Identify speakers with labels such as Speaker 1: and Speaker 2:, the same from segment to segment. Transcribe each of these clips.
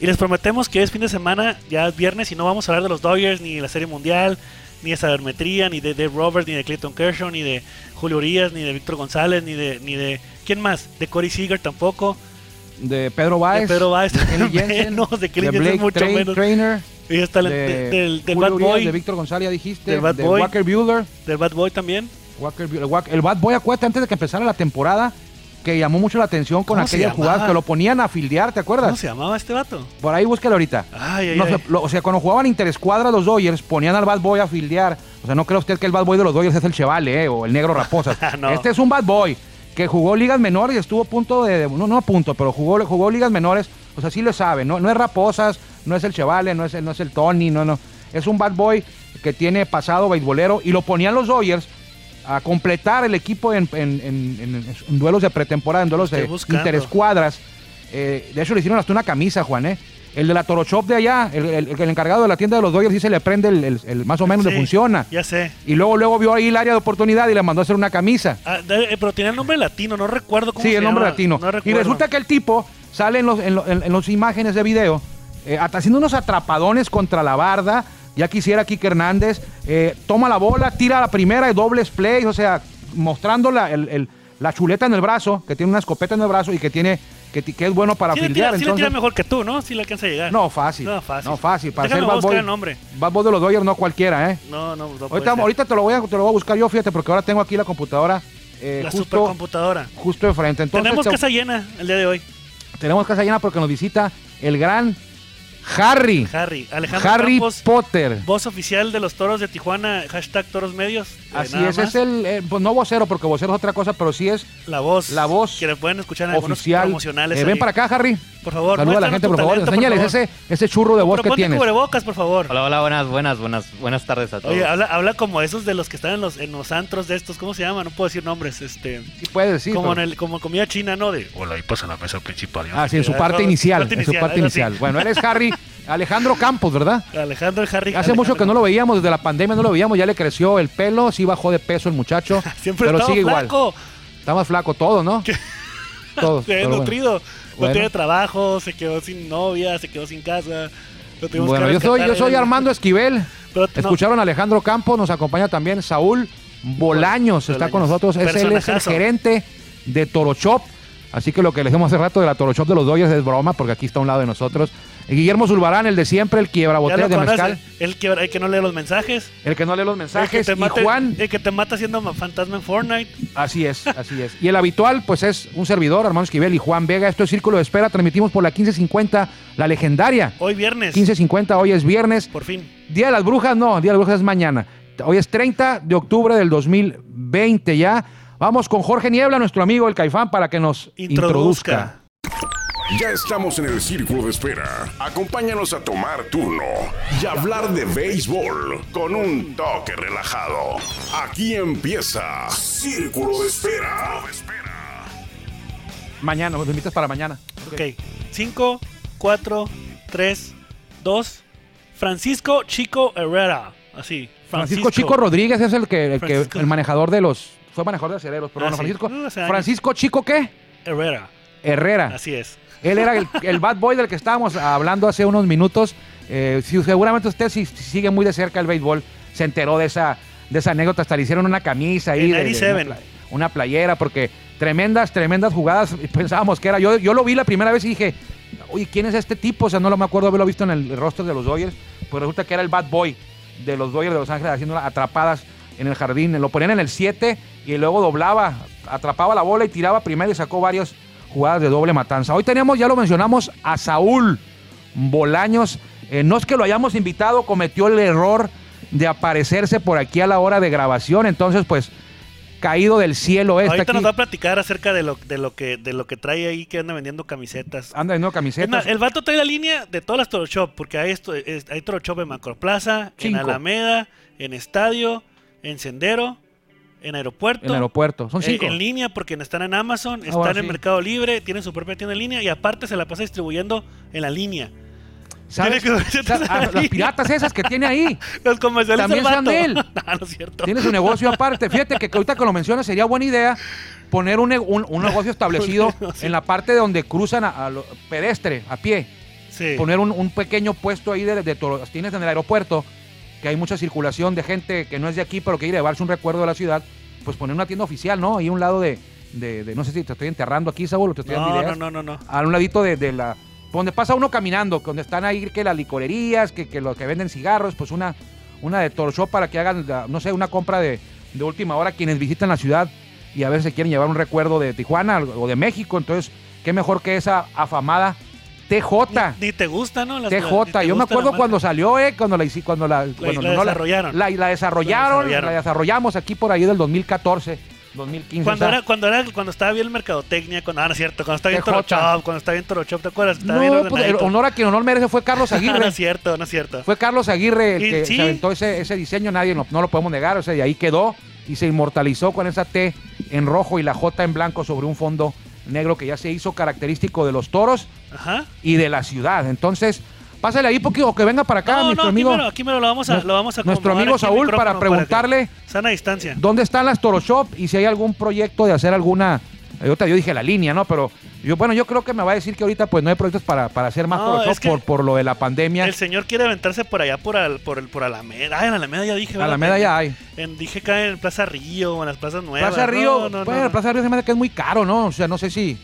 Speaker 1: Y les prometemos que es fin de semana, ya es viernes, y no vamos a hablar de los Dodgers, ni de la Serie Mundial, ni de Sabermetría, ni de Dave Roberts, ni de Clayton Kershaw, ni de Julio Urias, ni de Víctor González, ni de, ni de. ¿Quién más? De Corey Seager tampoco.
Speaker 2: De Pedro Baez.
Speaker 1: de Pedro Baez,
Speaker 2: de Kenny Jensen,
Speaker 1: menos, de Kenny Jensen,
Speaker 2: Blake
Speaker 1: mucho
Speaker 2: Train-
Speaker 1: menos.
Speaker 2: Trainer,
Speaker 1: Y hasta el-
Speaker 2: de
Speaker 1: de- del, del
Speaker 2: Julio
Speaker 1: Bad
Speaker 2: Urias,
Speaker 1: Boy,
Speaker 2: de Víctor González, ya dijiste.
Speaker 1: Del Bad
Speaker 2: de
Speaker 1: Boy.
Speaker 2: Walker Bueller.
Speaker 1: del Bad Boy también.
Speaker 2: Walker Buehler, Walker- el Bad Boy, acuérdate, antes de que empezara la temporada, que llamó mucho la atención con
Speaker 1: ¿Cómo se
Speaker 2: aquella
Speaker 1: llamaba?
Speaker 2: jugada que lo ponían a fildear, ¿te acuerdas?
Speaker 1: ¿Cómo se llamaba este vato?
Speaker 2: Por ahí búscalo ahorita.
Speaker 1: Ay, ay,
Speaker 2: No
Speaker 1: ay.
Speaker 2: sé, lo- o sea, cuando jugaban interescuadra los Dodgers, ponían al Bad Boy a fildear. O sea, no crea usted que el Bad Boy de los Dodgers es el Chevale eh, o el Negro Raposas.
Speaker 1: No.
Speaker 2: Este es un Bad Boy que jugó ligas menores y estuvo a punto de... No, no a punto, pero jugó, jugó ligas menores. O sea, sí lo sabe. No, no es Raposas, no es el Chevale, no es, el- no es el Tony, no, no. Es un Bad Boy que tiene pasado beisbolero y lo ponían los Dodgers a completar el equipo en, en- en- en- en duelos de pretemporada, en duelos
Speaker 1: Estoy
Speaker 2: de
Speaker 1: buscando.
Speaker 2: interescuadra cuadras. Eh, de hecho, le hicieron hasta una camisa, Juan, ¿eh? El de la Toro Shop de allá, el, el- el encargado de la tienda de los Dodgers, sí se le prende el, el- el- más o menos le
Speaker 1: Sí,
Speaker 2: funciona.
Speaker 1: Ya sé.
Speaker 2: Y luego, luego vio ahí el área de oportunidad y le mandó a hacer una camisa.
Speaker 1: Ah, de- eh, pero tenía el nombre latino, no recuerdo cómo
Speaker 2: Sí,
Speaker 1: se
Speaker 2: el nombre
Speaker 1: llama,
Speaker 2: latino.
Speaker 1: No
Speaker 2: y
Speaker 1: recuerdo.
Speaker 2: resulta que el tipo sale en los, en lo- en- en los imágenes de video, eh, hasta haciendo unos atrapadones contra la barda. Ya quisiera Kike Hernández, eh, toma la bola, tira la primera y dobles play, o sea, mostrando la, el- el- la chuleta en el brazo, que tiene una escopeta en el brazo y que tiene que, ti- que es bueno para
Speaker 1: Sí le,
Speaker 2: fildear.
Speaker 1: tira, sí le
Speaker 2: entonces-
Speaker 1: tira mejor que tú, ¿no? Sí le alcanza a llegar.
Speaker 2: No, fácil.
Speaker 1: No, fácil.
Speaker 2: No, fácil. Para
Speaker 1: Déjame
Speaker 2: ser Bad
Speaker 1: buscar
Speaker 2: Boy,
Speaker 1: el nombre.
Speaker 2: Bad Boy de los Dodgers no cualquiera, ¿eh?
Speaker 1: No, no, no puede
Speaker 2: Ahorita,
Speaker 1: ser.
Speaker 2: ahorita te, lo voy a, te lo voy a buscar yo, fíjate, porque ahora tengo aquí la computadora eh,
Speaker 1: La
Speaker 2: justo,
Speaker 1: supercomputadora.
Speaker 2: justo enfrente. Entonces,
Speaker 1: Tenemos
Speaker 2: te-
Speaker 1: casa llena el día de hoy.
Speaker 2: tenemos casa llena porque nos visita el gran Harry.
Speaker 1: Harry. Alejandro
Speaker 2: Harry
Speaker 1: Campos, eh,
Speaker 2: Potter.
Speaker 1: voz oficial de los toros de Tijuana, hashtag toros medios. eh,
Speaker 2: Así
Speaker 1: nada
Speaker 2: es,
Speaker 1: más.
Speaker 2: es el, eh, pues no vocero, porque vocero es otra cosa, pero sí es
Speaker 1: La voz.
Speaker 2: la voz
Speaker 1: Que le pueden escuchar en algunos
Speaker 2: oficial.
Speaker 1: promocionales.
Speaker 2: Eh, ven
Speaker 1: ahí.
Speaker 2: para acá, Harry.
Speaker 1: Por favor,
Speaker 2: Saluda a la
Speaker 1: muéstranos
Speaker 2: gente,
Speaker 1: tu
Speaker 2: por favor.
Speaker 1: talento, por
Speaker 2: Enséñales
Speaker 1: favor.
Speaker 2: ese, ese churro de voz
Speaker 1: Pero
Speaker 2: que
Speaker 1: ponte
Speaker 2: tienes.
Speaker 1: cubrebocas, por favor.
Speaker 3: Hola, hola, buenas, buenas, buenas, buenas tardes a todos.
Speaker 1: Oye, habla, habla como esos de los que están en los, en los antros de estos. ¿Cómo se llama? No puedo decir nombres. Este,
Speaker 2: Sí puedes decir.
Speaker 1: como, en
Speaker 2: pero-
Speaker 1: el, como comida china, ¿no? De,
Speaker 4: Hola, y pasa la mesa principal.
Speaker 2: Ah, sí, en su
Speaker 1: Eh,
Speaker 2: parte
Speaker 1: no,
Speaker 2: inicial.
Speaker 1: parte
Speaker 2: En su
Speaker 1: inicial,
Speaker 2: parte
Speaker 1: algo así.
Speaker 2: inicial. Bueno, eres Harry Alejandro Campos, ¿verdad?
Speaker 1: Alejandro el Harry.
Speaker 2: Hace mucho que no lo veíamos, desde la pandemia no lo veíamos, ya le creció el pelo, sí bajó de peso el muchacho,
Speaker 1: Siempre
Speaker 2: pero
Speaker 1: estaba
Speaker 2: sigue igual.
Speaker 1: flaco,
Speaker 2: Está más flaco todo, ¿no? Todo.
Speaker 1: se
Speaker 2: pero bueno.
Speaker 1: nutrido. No
Speaker 2: Bueno.
Speaker 1: tiene trabajo, se quedó sin novia, se quedó sin casa. lo tuvimos
Speaker 2: Bueno,
Speaker 1: que
Speaker 2: yo soy, yo
Speaker 1: rescatar
Speaker 2: soy
Speaker 1: él.
Speaker 2: Armando Esquivel.
Speaker 1: Pero no,
Speaker 2: Escucharon a Alejandro Campos, nos acompaña también Saúl Bolaños, está con
Speaker 1: Bolaños.
Speaker 2: nosotros, es, él es el
Speaker 1: Personajazo.
Speaker 2: gerente de Toro Shop. Así que lo que les dijimos hace rato de la Toro Shop de los Dodgers es broma, porque aquí está a un lado de nosotros. Guillermo Zulbarán, el de siempre, el quiebra
Speaker 1: ya
Speaker 2: botellas
Speaker 1: lo
Speaker 2: de
Speaker 1: conoce,
Speaker 2: mezcal,
Speaker 1: El que, el que no lee los mensajes.
Speaker 2: el que no lee los
Speaker 1: El que,
Speaker 2: mensajes,
Speaker 1: te eh. mata,
Speaker 2: y Juan,
Speaker 1: el que te mata siendo ma- fantasma en Fortnite.
Speaker 2: Así es, así es. Y el habitual, pues es un servidor, Armando Esquivel y Juan Vega. Esto es Círculo de Espera. Transmitimos por la 1550, la legendaria.
Speaker 1: Hoy viernes.
Speaker 2: 1550, hoy es viernes.
Speaker 1: Por fin.
Speaker 2: Día de las Brujas, no, Día de las Brujas es mañana. Hoy es 30 de octubre del 2020 ya. Vamos con Jorge Niebla, nuestro amigo el Caifán, para que nos
Speaker 1: Introduzca.
Speaker 2: introduzca.
Speaker 5: Ya estamos en el círculo de espera. Acompáñanos a tomar turno y hablar de béisbol con un toque relajado. Aquí empieza Círculo de Espera.
Speaker 2: Mañana, nos invitas para mañana.
Speaker 1: Ok. 5, 4, 3, 2. Francisco Chico Herrera. Así.
Speaker 2: Francisco Chico Rodríguez es el que, el, que-
Speaker 1: Francisco.
Speaker 2: el manejador de los. Fue manejador de aceleros, pero
Speaker 1: Ah,
Speaker 2: no,
Speaker 1: sí.
Speaker 2: Francisco.
Speaker 1: No, hace años.
Speaker 2: Francisco Chico, ¿qué?
Speaker 1: Herrera.
Speaker 2: Herrera.
Speaker 1: Así es.
Speaker 2: Él era el, el bad boy del que estábamos hablando hace unos minutos. Eh, si- seguramente usted, si, si sigue muy de cerca el béisbol, se enteró de esa, de esa anécdota. Hasta le hicieron una camisa ahí.
Speaker 1: En
Speaker 2: de- de-
Speaker 1: 97.
Speaker 2: una, pla- una playera, porque tremendas, tremendas jugadas. Pensábamos que era. Yo, yo lo vi la primera vez y dije, oye, ¿quién es este tipo? O sea, no lo me acuerdo haberlo visto en el rostro de los Dodgers. Pues resulta que era el bad boy de los Dodgers de Los Ángeles haciendo atrapadas en el jardín. Lo ponían en el 7 y luego doblaba, atrapaba la bola y tiraba primero y sacó varios jugadas de doble matanza. Hoy tenemos, ya lo mencionamos, a Saúl Bolaños. Eh, no es que lo hayamos invitado, cometió el error de aparecerse por aquí a la hora de grabación. Entonces, pues, caído del cielo este
Speaker 1: Ahorita
Speaker 2: aquí.
Speaker 1: nos va a platicar acerca de lo, de lo que de lo que trae ahí que anda vendiendo camisetas.
Speaker 2: Anda vendiendo
Speaker 1: Es
Speaker 2: camisetas.
Speaker 1: más, el vato trae la línea de todas las Toro Shop, porque hay, esto, es- hay Toro Shop en Macroplaza, en
Speaker 2: Cinco.
Speaker 1: Alameda, en Estadio, en Sendero, en Aeropuerto.
Speaker 2: En el aeropuerto. Son
Speaker 1: eh,
Speaker 2: cinco. Ah,
Speaker 1: En línea, porque están en Amazon, están
Speaker 2: bueno,
Speaker 1: en
Speaker 2: sí.
Speaker 1: Mercado Libre, tienen su propia tienda en línea y aparte se la pasa distribuyendo en la línea.
Speaker 2: ¿Sabes?
Speaker 1: tiene que-
Speaker 2: Sa- ah, las piratas esas que tiene ahí.
Speaker 1: Los comerciales
Speaker 2: También
Speaker 1: del
Speaker 2: son
Speaker 1: vato.
Speaker 2: de él.
Speaker 1: no, no es cierto.
Speaker 2: Tiene su negocio aparte. Fíjate que ahorita que lo mencionas sería buena idea poner un, ne- un- un negocio establecido en la parte donde cruzan a, a lo- pedestre, a pie.
Speaker 1: Sí.
Speaker 2: poner un, un pequeño puesto ahí de, de tienes en el aeropuerto, que hay mucha circulación de gente que no es de aquí, pero que quiere llevarse un recuerdo de la ciudad, pues poner una tienda oficial, ¿no? Ahí a un lado de, de- de- no sé si te estoy enterrando aquí, Saúl, o te estoy dando
Speaker 1: No, no,
Speaker 2: ideas.
Speaker 1: no, no, no.
Speaker 2: A un ladito de, de la... Donde pasa uno caminando, donde están ahí que las licorerías, que, que los que venden cigarros, pues una, una de Toro Shop para que hagan, la- no sé, una compra de, de última hora quienes visitan la ciudad y a veces se quieren llevar un recuerdo de Tijuana o de México. Entonces, qué mejor que esa afamada TJ.
Speaker 1: Ni te gusta, ¿no? Las-
Speaker 2: TJ,
Speaker 1: ni te
Speaker 2: yo me
Speaker 1: gusta la
Speaker 2: acuerdo
Speaker 1: marca.
Speaker 2: cuando salió, eh, cuando la hici- cuando la, cuando
Speaker 1: la
Speaker 2: no
Speaker 1: desarrollaron.
Speaker 2: La, la
Speaker 1: La
Speaker 2: desarrollaron,
Speaker 1: desarrollaron.
Speaker 2: la desarrollamos aquí por ahí del 2014, 2015.
Speaker 1: Cuando
Speaker 2: o sea,
Speaker 1: era, cuando era, cuando estaba bien Mercadotecnia, cuando, ah, no es cierto, cuando estaba bien
Speaker 2: TJ.
Speaker 1: Torochop, cuando estaba bien Torochop, ¿te acuerdas? Estaba bien
Speaker 2: no, pues, el
Speaker 1: ordenadito.
Speaker 2: honor a quien honor merece fue Carlos
Speaker 1: Ah, no
Speaker 2: Aguirre.
Speaker 1: es cierto, no es cierto.
Speaker 2: fue Carlos Aguirre el
Speaker 1: Y
Speaker 2: que
Speaker 1: sí.
Speaker 2: se aventó ese, ese diseño, nadie lo- no lo podemos negar, o sea, y ahí quedó y se inmortalizó con esa T en rojo y la J en blanco sobre un fondo negro que ya se hizo característico de los toros
Speaker 1: Ajá.
Speaker 2: y de la ciudad. Entonces, pásale ahí porque o que venga para acá,
Speaker 1: no,
Speaker 2: nuestro
Speaker 1: no,
Speaker 2: amigo.
Speaker 1: aquí, mero, aquí mero lo vamos a,
Speaker 2: Nues-
Speaker 1: lo vamos a
Speaker 2: nuestro
Speaker 1: acomodar
Speaker 2: amigo
Speaker 1: aquí el
Speaker 2: Saúl
Speaker 1: micrófono
Speaker 2: para
Speaker 1: que-
Speaker 2: preguntarle-
Speaker 1: sana distancia.
Speaker 2: ¿Dónde están las Toro Shop? Y si hay algún proyecto de hacer alguna. Yo, te- yo dije la línea, ¿no? Pero yo, bueno, yo creo que me va a decir que ahorita pues no hay proyectos para, para hacer más
Speaker 1: No,
Speaker 2: Toro Shop
Speaker 1: es que-
Speaker 2: por, por lo de la pandemia.
Speaker 1: El señor quiere aventarse por allá, por, al, por, el, por Alameda. Ay, en Alameda ya dije. ¿verdad?
Speaker 2: Alameda ya hay.
Speaker 1: En- dije acá en Plaza Río, en las plazas nuevas.
Speaker 2: Plaza Río,
Speaker 1: No, no,
Speaker 2: bueno,
Speaker 1: no.
Speaker 2: Plaza Río se me hace que es muy caro, ¿no? O sea, no sé si.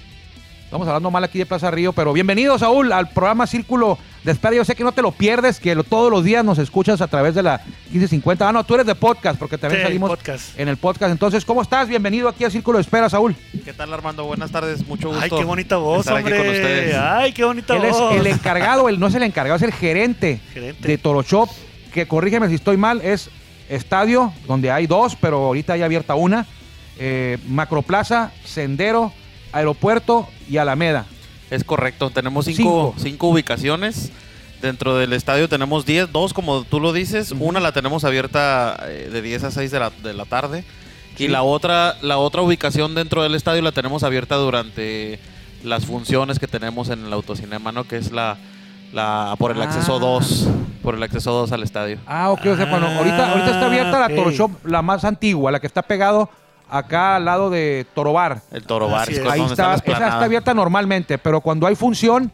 Speaker 2: Estamos hablando mal aquí de Plaza Río, pero bienvenido, Saúl, al programa Círculo de Espera. Yo sé que no te lo pierdes, que lo- todos los días nos escuchas a través de la 1550. Ah, no, tú eres de podcast, porque también
Speaker 1: Sí,
Speaker 2: salimos
Speaker 1: podcast.
Speaker 2: en el podcast. Entonces, ¿cómo estás? Bienvenido aquí a Círculo de Espera, Saúl.
Speaker 4: ¿Qué tal, Armando? Buenas tardes, mucho gusto.
Speaker 1: Ay, qué bonita voz,
Speaker 4: estar aquí con
Speaker 1: hombre.
Speaker 4: ustedes.
Speaker 1: Ay, qué bonita
Speaker 2: Él es
Speaker 1: voz.
Speaker 2: el encargado, él no es el encargado, es el gerente,
Speaker 1: Gerente.
Speaker 2: de Toro Shop, que corrígeme si estoy mal, es estadio, donde hay dos, pero ahorita hay abierta una, eh, Macroplaza, Sendero, Aeropuerto y Alameda.
Speaker 4: Es correcto, tenemos
Speaker 2: Cinco.
Speaker 4: cinco, cinco ubicaciones. Dentro del estadio tenemos 10, dos como tú lo dices. Una la tenemos abierta eh, de 10 a 6 de la, de la tarde. Y la otra, la otra ubicación dentro del estadio la tenemos abierta durante las funciones que tenemos en el autocinema, ¿no? Que es la, la por el
Speaker 2: Ah.
Speaker 4: acceso 2, por el acceso 2 al estadio.
Speaker 2: Ah, ok, o sea, cuando
Speaker 1: Ah,
Speaker 2: ahorita, ahorita está abierta la
Speaker 1: ok.
Speaker 2: Toro Shop, la más antigua, la que está pegado acá al lado de Torobar.
Speaker 4: El Toro Bar,
Speaker 1: Así
Speaker 4: es
Speaker 1: es.
Speaker 4: donde
Speaker 2: Ahí
Speaker 4: está
Speaker 2: está,
Speaker 4: la
Speaker 2: esa está
Speaker 4: explanada.
Speaker 2: abierta normalmente, pero cuando hay función,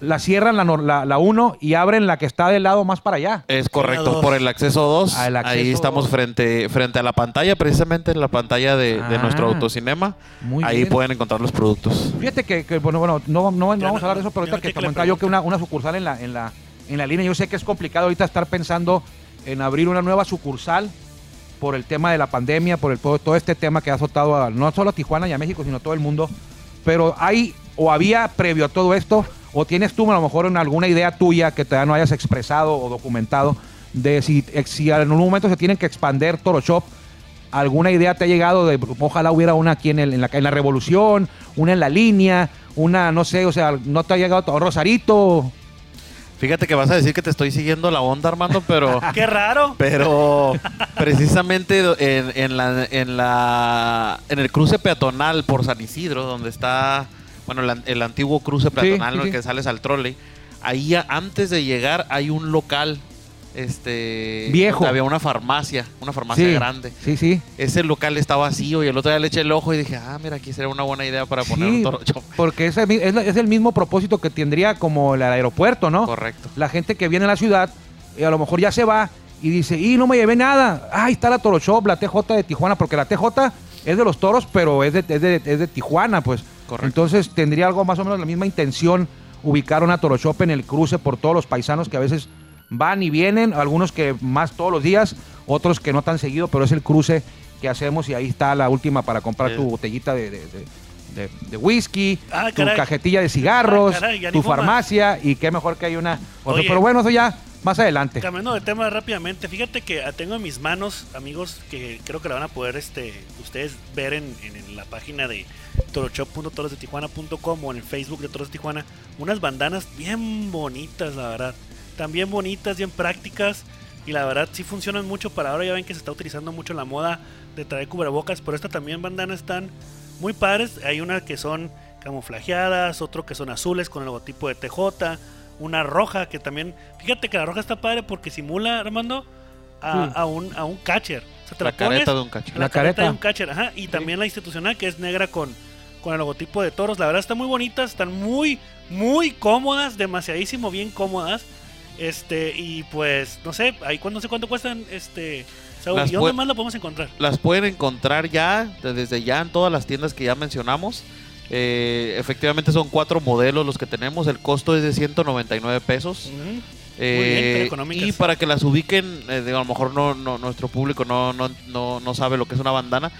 Speaker 2: la cierran la 1 la, la uno y abren la que está del lado más para allá.
Speaker 4: Es
Speaker 1: Zona
Speaker 4: correcto,
Speaker 1: dos.
Speaker 4: por el acceso 2.
Speaker 2: Ah, el acceso
Speaker 4: ahí estamos
Speaker 2: dos.
Speaker 4: frente frente a la pantalla, precisamente en la pantalla de, de
Speaker 2: Ah,
Speaker 4: nuestro autocinema.
Speaker 2: muy
Speaker 4: ahí
Speaker 2: bien.
Speaker 4: pueden encontrar los productos.
Speaker 2: Fíjate que, que, bueno, bueno, no, no- no
Speaker 1: Ya
Speaker 2: vamos
Speaker 1: no-
Speaker 2: a hablar de eso, pero
Speaker 1: ya
Speaker 2: ahorita
Speaker 1: no
Speaker 2: que
Speaker 1: te que le
Speaker 2: comentaba yo que
Speaker 1: pregunte.
Speaker 2: una, una sucursal en la, en, la, en la línea, yo sé que es complicado ahorita estar pensando en abrir una nueva sucursal por el tema de la pandemia, por el, todo, todo este tema que ha azotado a, no solo a Tijuana y a México, sino a todo el mundo. Pero hay o había previo a todo esto, o tienes tú a lo mejor en alguna idea tuya que todavía no hayas expresado o documentado de si, si en algún momento se tienen que expander Toro Shop ¿Alguna idea te ha llegado de ojalá hubiera una aquí en, el- en la, en la Revolución, una en la línea, una, no sé, o sea, no te ha llegado to- Rosarito?
Speaker 4: Fíjate que vas a decir que te estoy siguiendo la onda, Armando, pero
Speaker 1: Qué raro.
Speaker 4: pero precisamente do- en, en la, en la en el cruce peatonal por San Isidro, donde está bueno, el, an- el antiguo cruce peatonal
Speaker 2: sí,
Speaker 4: en el
Speaker 2: sí.
Speaker 4: que sales al trolley, ahí a- antes de llegar hay un local este
Speaker 2: Viejo.
Speaker 4: donde Había una farmacia, una farmacia
Speaker 2: sí,
Speaker 4: grande.
Speaker 2: Sí, sí.
Speaker 4: ese local está vacío y el otro día le eché el ojo y dije, ah, mira, aquí sería una buena idea para poner
Speaker 2: Sí,
Speaker 4: un toro shop.
Speaker 2: porque ese mi- es, la- es el mismo propósito que tendría como el aeropuerto, ¿no?
Speaker 4: Correcto.
Speaker 2: La gente que viene a la ciudad y a lo mejor ya se va y dice, y no me llevé nada. Ahí está la Toro Shop, la TJ de Tijuana, porque la TJ es de los toros, pero es de, es de- es de Tijuana, pues.
Speaker 4: Correcto.
Speaker 2: Entonces tendría algo más o menos la misma intención ubicar una Toro Shop en el cruce por todos los paisanos que a veces van y vienen, algunos que más todos los días, otros que no tan seguido, pero es el cruce que hacemos y ahí está la última para comprar
Speaker 4: Sí.
Speaker 2: tu botellita de- de- de, de, de whisky,
Speaker 1: Ah,
Speaker 2: tu
Speaker 1: caray.
Speaker 2: cajetilla de cigarros,
Speaker 1: Ah, caray, ya ni
Speaker 2: tu
Speaker 1: fumas.
Speaker 2: farmacia y qué mejor que hay una. o sea,
Speaker 1: Oye.
Speaker 2: pero bueno, eso ya más adelante.
Speaker 1: Cambiando de tema rápidamente, fíjate que ah, tengo en mis manos, amigos, que creo que la van a poder este, ustedes ver en, en- en la página de toroshop.torosdetijuana.com o en el Facebook de Toros de Tijuana, unas bandanas bien bonitas, la verdad. También bonitas, bien prácticas y la verdad sí funcionan mucho para ahora. Ya ven que se está utilizando mucho la moda de traer cubrebocas, pero estas también bandanas están muy padres. Hay una que son camuflajeadas, otro que son azules con el logotipo de TJ, una roja que también, fíjate que la roja está padre porque simula, Armando, a,
Speaker 2: Sí.
Speaker 1: a un, a un catcher. O sea, te la,
Speaker 4: La careta
Speaker 1: pones,
Speaker 4: de un cacho.
Speaker 1: la,
Speaker 2: La
Speaker 1: careta
Speaker 2: careta.
Speaker 1: de un catcher, ajá, y también la institucional que es negra con, con con el logotipo de toros. La verdad están muy bonitas, están muy, muy cómodas, demasiadísimo bien cómodas. Este, y pues, no sé, ahí cuando no sé cuánto cuestan, este, Saúl,
Speaker 4: Las
Speaker 1: ¿y dónde
Speaker 4: pue-
Speaker 1: más la podemos encontrar?
Speaker 4: Las pueden encontrar ya, de- desde ya en todas las tiendas que ya mencionamos. Eh, efectivamente son cuatro modelos los que tenemos. El costo es de 199 pesos.
Speaker 1: Ujú.
Speaker 4: Eh,
Speaker 1: pero económicas.
Speaker 4: y para que las ubiquen, eh, digo, a lo mejor no, no- nuestro público no, no, no, no sabe lo que es una bandana.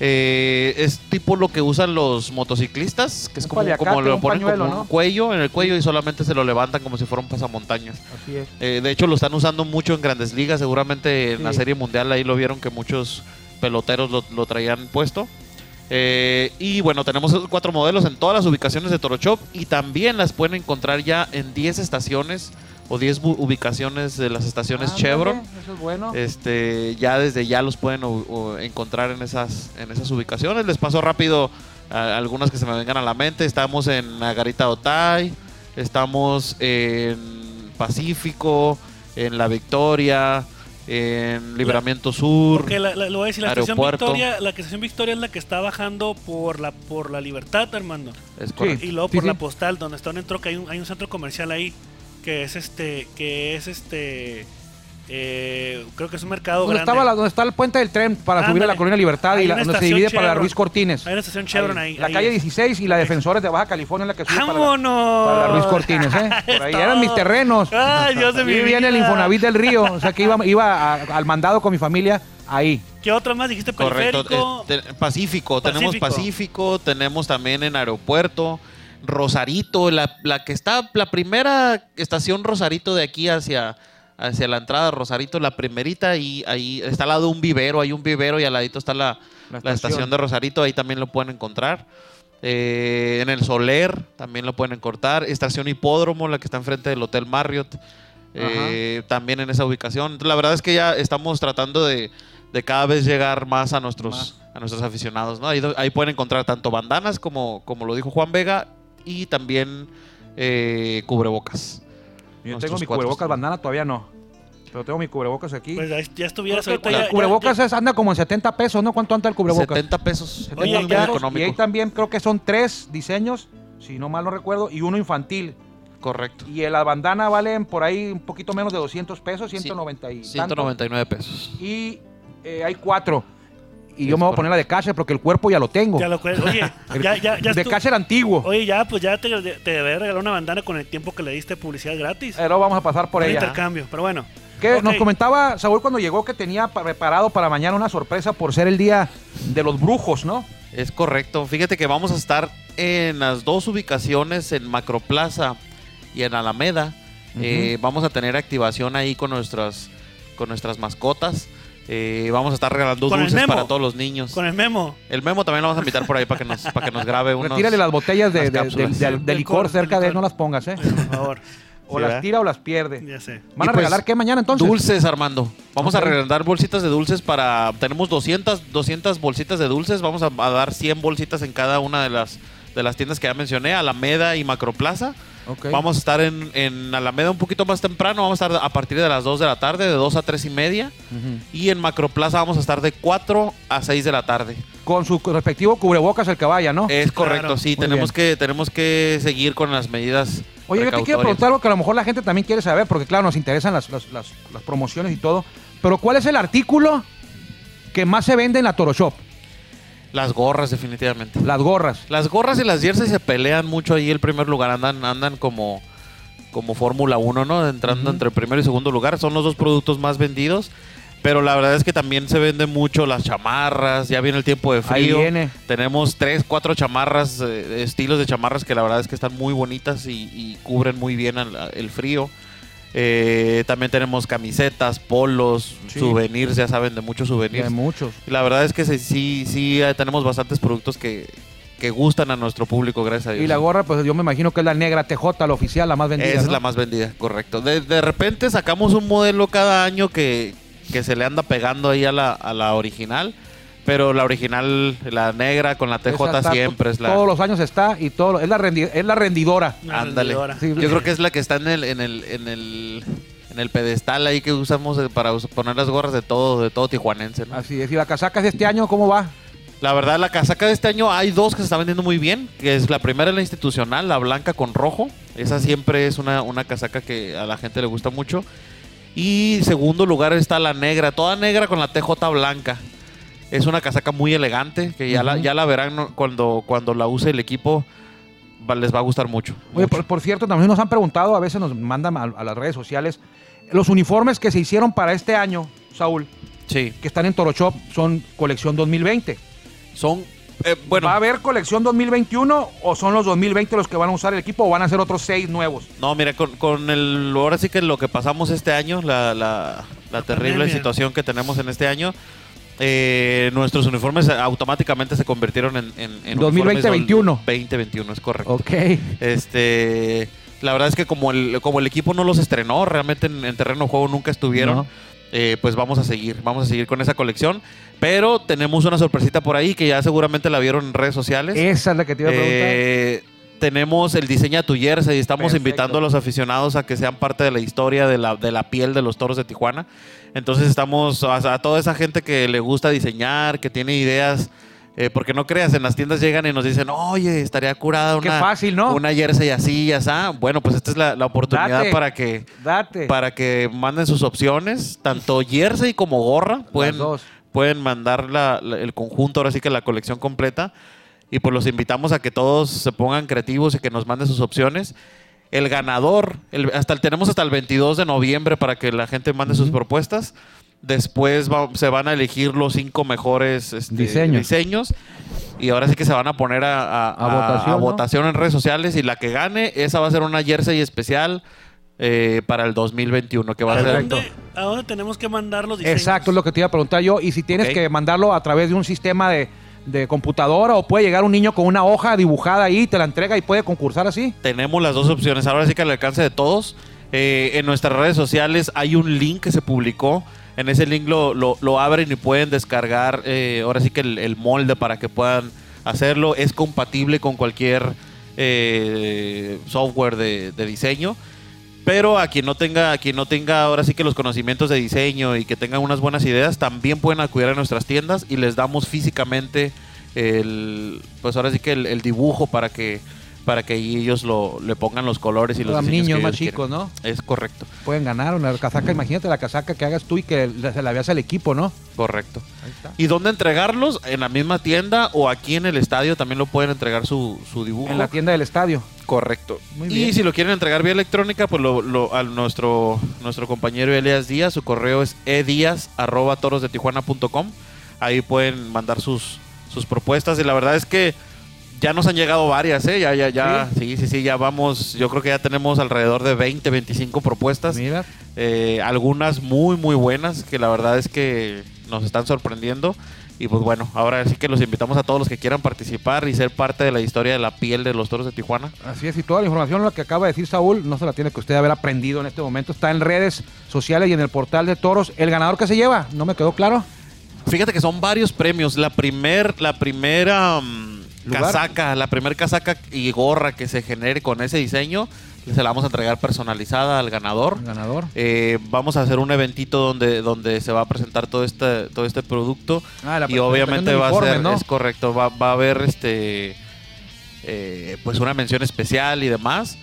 Speaker 4: Eh, es tipo lo que usan los motociclistas, que es
Speaker 2: Un
Speaker 4: como,
Speaker 2: paliacate,
Speaker 4: como lo
Speaker 2: un
Speaker 4: ponen
Speaker 2: pañuelo,
Speaker 4: como
Speaker 2: ¿no?
Speaker 4: un cuello en el cuello y solamente se lo levantan como si fuera un pasamontañas.
Speaker 2: Así es.
Speaker 4: Eh, de hecho, lo están usando mucho en grandes ligas. Seguramente en la
Speaker 2: Sí.
Speaker 4: Serie Mundial ahí lo vieron que muchos peloteros lo, lo traían puesto. Eh, y bueno, tenemos esos cuatro modelos en todas las ubicaciones de Toro Shop y también las pueden encontrar ya en 10 estaciones o 10 bu- ubicaciones de las estaciones
Speaker 2: Ándale,
Speaker 4: Chevron.
Speaker 2: Eso es bueno.
Speaker 4: Este, ya desde ya los pueden u- u- encontrar en esas, en esas ubicaciones. Les paso rápido a- algunas que se me vengan a la mente. Estamos en Nagarita Otay, estamos en Pacífico, en La Victoria, en Libramiento Sur.
Speaker 1: Porque la, la- lo voy a decir, la
Speaker 4: Aeropuerto.
Speaker 1: estación Victoria, la estación Victoria es la que está bajando por la por la Libertad, Armando.
Speaker 4: Es correcto.
Speaker 1: Y luego
Speaker 2: Sí,
Speaker 1: por
Speaker 2: sí.
Speaker 1: la postal, donde está un entro que hay un, hay un centro comercial ahí, que es este, que es este, eh, creo que es un mercado
Speaker 2: ¿Dónde,
Speaker 1: grande.
Speaker 2: estaba la- donde está el puente del tren para subir a
Speaker 1: Ándale.
Speaker 2: la Colonia Libertad
Speaker 1: Hay
Speaker 2: y la,
Speaker 1: una
Speaker 2: donde se
Speaker 1: estación
Speaker 2: divide para la
Speaker 1: Chevron.
Speaker 2: Ruiz Cortines?
Speaker 1: Hay una estación Chevron ahí.
Speaker 2: la
Speaker 1: ahí
Speaker 2: calle
Speaker 1: es.
Speaker 2: 16 y la Defensores de Baja California es la que sube para la,
Speaker 1: ¡Vámonos!
Speaker 2: para la Ruiz Cortines. ¿eh? Por ahí
Speaker 1: Es
Speaker 2: eran mis
Speaker 1: todo.
Speaker 2: terrenos.
Speaker 1: ¡Ay, Dios de mi
Speaker 2: Y
Speaker 1: vida!
Speaker 2: viene el Infonavit del Río. O sea que iba, iba a- al mandado con mi familia ahí.
Speaker 1: ¿Qué otra más dijiste? Periférico.
Speaker 4: Correcto.
Speaker 2: este
Speaker 4: es- te- Pacífico. Tenemos
Speaker 1: Pacífico.
Speaker 4: Pacífico, tenemos también en Aeropuerto, Rosarito, la, la que está, la primera estación Rosarito de aquí hacia, hacia la entrada de Rosarito, la primerita, y ahí está al lado un vivero, hay un vivero y al ladito está
Speaker 2: La
Speaker 4: la, la estación
Speaker 2: estación
Speaker 4: de Rosarito, ahí también lo pueden encontrar. Eh, en el Soler también lo pueden encontrar. Estación Hipódromo, la que está enfrente del Hotel Marriott, eh, también en esa ubicación. Entonces, la verdad es que ya estamos tratando de, de cada vez llegar más a nuestros,
Speaker 2: Más.
Speaker 4: A nuestros aficionados. ¿no? Ahí, do- ahí pueden encontrar tanto bandanas, como, como lo dijo Juan Vega, y también eh, cubrebocas.
Speaker 2: Yo
Speaker 4: Nuestros
Speaker 2: tengo mi
Speaker 4: cuatro.
Speaker 2: cubrebocas bandana, todavía no. Pero tengo mi cubrebocas aquí.
Speaker 1: Pues ahí ya estuvieras
Speaker 2: Creo
Speaker 1: ahorita.
Speaker 2: que el
Speaker 1: Ya, ya-
Speaker 2: cubrebocas es- anda como en 70 pesos, ¿no? ¿Cuánto anda el cubrebocas?
Speaker 4: 70 pesos.
Speaker 1: Oye,
Speaker 4: muy, muy
Speaker 1: ya-
Speaker 2: Y ahí
Speaker 4: económico.
Speaker 2: también creo que son tres diseños, si no mal no recuerdo, y uno infantil.
Speaker 4: Correcto.
Speaker 2: Y la bandana valen por ahí un poquito menos de 200 pesos,
Speaker 4: Sí,
Speaker 2: 190 y tanto.
Speaker 4: 199 pesos.
Speaker 2: Y eh, hay cuatro. Y yo
Speaker 4: Es
Speaker 2: me voy a poner la de Casher porque el cuerpo ya lo tengo.
Speaker 1: Ya lo cuel- Oye, ya, ya, ya
Speaker 2: de
Speaker 1: estu-
Speaker 2: Casher antiguo.
Speaker 1: Oye, ya, pues ya te, te debería regalar una bandana con el tiempo que le diste publicidad gratis.
Speaker 2: Pero vamos a pasar Eh, por
Speaker 1: Un
Speaker 2: ella.
Speaker 1: intercambio, pero bueno.
Speaker 2: Que
Speaker 1: Ok.
Speaker 2: nos comentaba Saúl cuando llegó que tenía pa- preparado para mañana una sorpresa por ser el día de los brujos, ¿no?
Speaker 4: Es correcto. Fíjate que vamos a estar en las dos ubicaciones, en Macroplaza y en Alameda. Eh, vamos a tener activación ahí con nuestras, con nuestras mascotas. Eh, vamos a estar regalando
Speaker 1: Con el
Speaker 4: dulces
Speaker 1: Memo.
Speaker 4: para todos los niños.
Speaker 1: Con el memo.
Speaker 4: El Memo también lo vamos a invitar por ahí para que nos, para que nos grabe unos...
Speaker 2: Retírale las botellas de,
Speaker 4: unas
Speaker 2: de- de-
Speaker 4: cápsulas.
Speaker 2: de- de licor cerca de él, no las pongas, ¿eh?
Speaker 1: Por favor.
Speaker 2: O
Speaker 4: Sí, ¿verdad?
Speaker 2: las tira o las pierde.
Speaker 1: Ya sé.
Speaker 2: ¿Van a
Speaker 4: Y pues,
Speaker 2: regalar qué mañana entonces?
Speaker 4: Dulces, Armando. Vamos
Speaker 2: Ok.
Speaker 4: a regalar bolsitas de dulces para... Tenemos 200, 200 bolsitas de dulces. Vamos a, a dar 100 bolsitas en cada una de las, de las tiendas que ya mencioné, Alameda y Macroplaza.
Speaker 2: Ok.
Speaker 4: Vamos a estar en, en Alameda un poquito más temprano. Vamos a estar a partir de las 2 de la tarde, de 2 a 3 y media.
Speaker 2: Ujú.
Speaker 4: Y en Macroplaza vamos a estar de 4 a 6 de la tarde.
Speaker 2: Con su respectivo cubrebocas el caballa, ¿no?
Speaker 4: Es
Speaker 1: claro.
Speaker 4: correcto, sí.
Speaker 2: Oh, Muy
Speaker 4: Tenemos que, tenemos que seguir con las medidas.
Speaker 2: Oye, yo te quiero
Speaker 4: precautorias.
Speaker 2: preguntar algo que a lo mejor la gente también quiere saber, porque claro, nos interesan las, las- las- las promociones y todo. Pero ¿cuál es el artículo que más se vende en la Toro Shop?
Speaker 4: Las gorras, definitivamente.
Speaker 2: Las gorras.
Speaker 4: Las gorras y las jerseys se pelean mucho ahí el primer lugar. Andan, andan como, como Fórmula 1, ¿no? Entrando entre el primero y segundo lugar. Son los dos productos más vendidos. Pero la verdad es que también se venden mucho las chamarras. Ya viene el tiempo de
Speaker 2: Ahí
Speaker 4: frío.
Speaker 2: viene.
Speaker 4: Tenemos tres, cuatro chamarras, eh, estilos de chamarras que la verdad es que están muy bonitas y, y cubren muy bien al- el frío. Eh, también tenemos camisetas, polos,
Speaker 2: Sí.
Speaker 4: souvenirs, ya saben, de muchos souvenirs.
Speaker 2: Hay muchos.
Speaker 4: Y La verdad es que sí, sí, sí, eh, tenemos bastantes productos que, que gustan a nuestro público, gracias a Dios.
Speaker 2: Y la gorra, pues yo me imagino que es la negra TJ, la oficial, la más vendida.
Speaker 4: Esa es
Speaker 2: ¿no?
Speaker 4: la más vendida, correcto. De, de repente sacamos un modelo cada año que, que se le anda pegando ahí a la, a la original, pero la original, la negra con la
Speaker 2: Esa
Speaker 4: TJ
Speaker 2: está-
Speaker 4: siempre es la...
Speaker 2: Todos los años está y todo, es, la rendi- es la rendidora.
Speaker 1: Una
Speaker 4: Ándale.
Speaker 1: rendidora.
Speaker 2: Sí.
Speaker 4: Yo creo que es la que está en el, en el, en el, en el pedestal ahí que usamos eh, para us- poner las gorras de todo, de todo tijuanense, ¿no?
Speaker 2: Así es. ¿Y la casaca de este año cómo va?
Speaker 4: La verdad, la casaca de este año hay dos que se están vendiendo muy bien. Que es la primera es la institucional, la blanca con rojo. Esa siempre es una, una casaca que a la gente le gusta mucho. Y segundo lugar está la negra, toda negra con la TJ blanca. Es una casaca muy elegante, que ya, la, ya la verán ¿no? cuando, cuando la use el equipo, va- les va a gustar mucho.
Speaker 2: Oye,
Speaker 4: mucho.
Speaker 2: por, por cierto, también nos han preguntado, a veces nos mandan a, a las redes sociales, los uniformes que se hicieron para este año, Saúl,
Speaker 4: Sí,
Speaker 2: que están en Toro Shop, son colección 2020.
Speaker 4: son... eh, bueno,
Speaker 2: ¿Va a haber colección 2021 o son los 2020 los que van a usar el equipo o van a ser otros seis nuevos?
Speaker 4: No, mira, con, con el. Ahora sí que lo que pasamos este año, la, la- la terrible
Speaker 1: pandemia.
Speaker 4: situación que tenemos en este año, eh, nuestros uniformes automáticamente se convirtieron en. en, en
Speaker 2: 2020-21.
Speaker 4: 2021, es correcto.
Speaker 2: Ok.
Speaker 4: Este. La verdad es que como el, como el equipo no los estrenó, realmente en, en terreno de juego nunca estuvieron.
Speaker 2: No.
Speaker 4: eh, pues vamos a seguir, vamos a seguir con esa colección. Pero tenemos una sorpresita por ahí que ya seguramente la vieron en redes sociales.
Speaker 2: Esa es la que te iba a preguntar.
Speaker 4: Eh, tenemos el diseño a tu jersey y estamos
Speaker 2: Perfecto.
Speaker 4: invitando a los aficionados a que sean parte de la historia de la, de la piel de los toros de Tijuana. Entonces estamos a, a toda esa gente que le gusta diseñar, que tiene ideas. eh, porque no creas, en las tiendas llegan y nos dicen, oye, estaría curada
Speaker 2: Qué
Speaker 4: una,
Speaker 2: fácil, ¿no?
Speaker 4: una jersey así y así. Bueno, pues esta es la, la oportunidad
Speaker 2: Date.
Speaker 4: para que
Speaker 2: Date.
Speaker 4: para que manden sus opciones, tanto jersey como gorra. Pueden,
Speaker 2: dos.
Speaker 4: pueden mandar la- la- el conjunto, ahora sí que la colección completa. Y pues los invitamos a que todos se pongan creativos y que nos manden sus opciones. El ganador, el- hasta el- tenemos hasta el 22 de noviembre para que la gente mande sus propuestas. Después va- se van a elegir los cinco mejores este,
Speaker 2: Diseños.
Speaker 4: diseños. Y ahora sí que se van a poner a, a-
Speaker 2: A
Speaker 4: a-
Speaker 2: votación,
Speaker 4: a
Speaker 2: ¿no?
Speaker 4: votación en redes sociales. Y la que gane, esa va a ser una jersey especial eh, para el 2021, que va a ser
Speaker 2: Perfecto.
Speaker 1: dónde, ¿A dónde tenemos que mandar los diseños?
Speaker 2: Exacto, es lo que te iba a preguntar yo. Y si tienes
Speaker 4: Ok.
Speaker 2: que mandarlo a través de un sistema de, de computadora o puede llegar un niño con una hoja dibujada ahí, te la entrega y puede concursar así.
Speaker 4: tenemos las dos opciones. Ahora sí que al alcance de todos. Eh, en nuestras redes sociales hay un link que se publicó. En ese link lo, lo- lo abren y pueden descargar eh, ahora sí que el, el molde para que puedan hacerlo. Es compatible con cualquier eh, software de, de diseño. Pero a quien no tenga, a quien no tenga ahora sí que los conocimientos de diseño y que tengan unas buenas ideas, también pueden acudir a nuestras tiendas y les damos físicamente el, pues ahora sí que el, el dibujo para que para que ahí ellos lo, le pongan los colores y los
Speaker 2: Para
Speaker 4: diseños
Speaker 2: niños
Speaker 4: que
Speaker 2: más
Speaker 4: ellos quieren.
Speaker 2: chicos, ¿no?
Speaker 4: Es correcto,
Speaker 2: Pueden ganar una casaca. Imagínate la casaca que hagas tú y que le- se la veas al equipo, ¿no?
Speaker 4: correcto.
Speaker 2: Ahí está.
Speaker 4: ¿Y dónde entregarlos? En la misma tienda o aquí en el estadio también lo pueden entregar su, su dibujo.
Speaker 2: En la tienda del estadio.
Speaker 4: Correcto.
Speaker 2: Muy
Speaker 4: Y
Speaker 2: bien.
Speaker 4: si lo quieren entregar vía electrónica, pues lo, lo- a nuestro, nuestro compañero Elias Díaz, su correo es edias.torosdetijuana.com. Ahí pueden mandar sus, sus propuestas. Y la verdad es que ya nos han llegado varias, ¿eh? Ya, ya, ya. ¿Sí? sí, sí, ya vamos. Yo creo que ya tenemos alrededor de 20, 25 propuestas.
Speaker 2: Mira.
Speaker 4: Eh, algunas muy, muy buenas, que la verdad es que nos están sorprendiendo. Y pues bueno, ahora sí que los invitamos a todos los que quieran participar y ser parte de la historia de la piel de los toros de Tijuana.
Speaker 2: Así es, y toda la información lo que acaba de decir Saúl no se la tiene que usted haber aprendido en este momento. Está en redes sociales y en el portal de toros. ¿El ganador que se lleva? ¿No me quedó claro?
Speaker 4: Fíjate que son varios premios. La primer, la primera mm,
Speaker 2: Lugar.
Speaker 4: casaca, la primera casaca y gorra que se genere con ese diseño, se la vamos a entregar personalizada al ganador.
Speaker 2: El ganador.
Speaker 4: Eh, vamos a hacer un eventito donde, donde se va a presentar todo este, todo este producto.
Speaker 2: Ah, la
Speaker 4: y
Speaker 2: presentación
Speaker 4: obviamente
Speaker 2: de
Speaker 4: va a
Speaker 2: uniformes,
Speaker 4: ser,
Speaker 2: ¿no?
Speaker 4: es correcto, va, va a haber este eh, pues una mención especial y demás.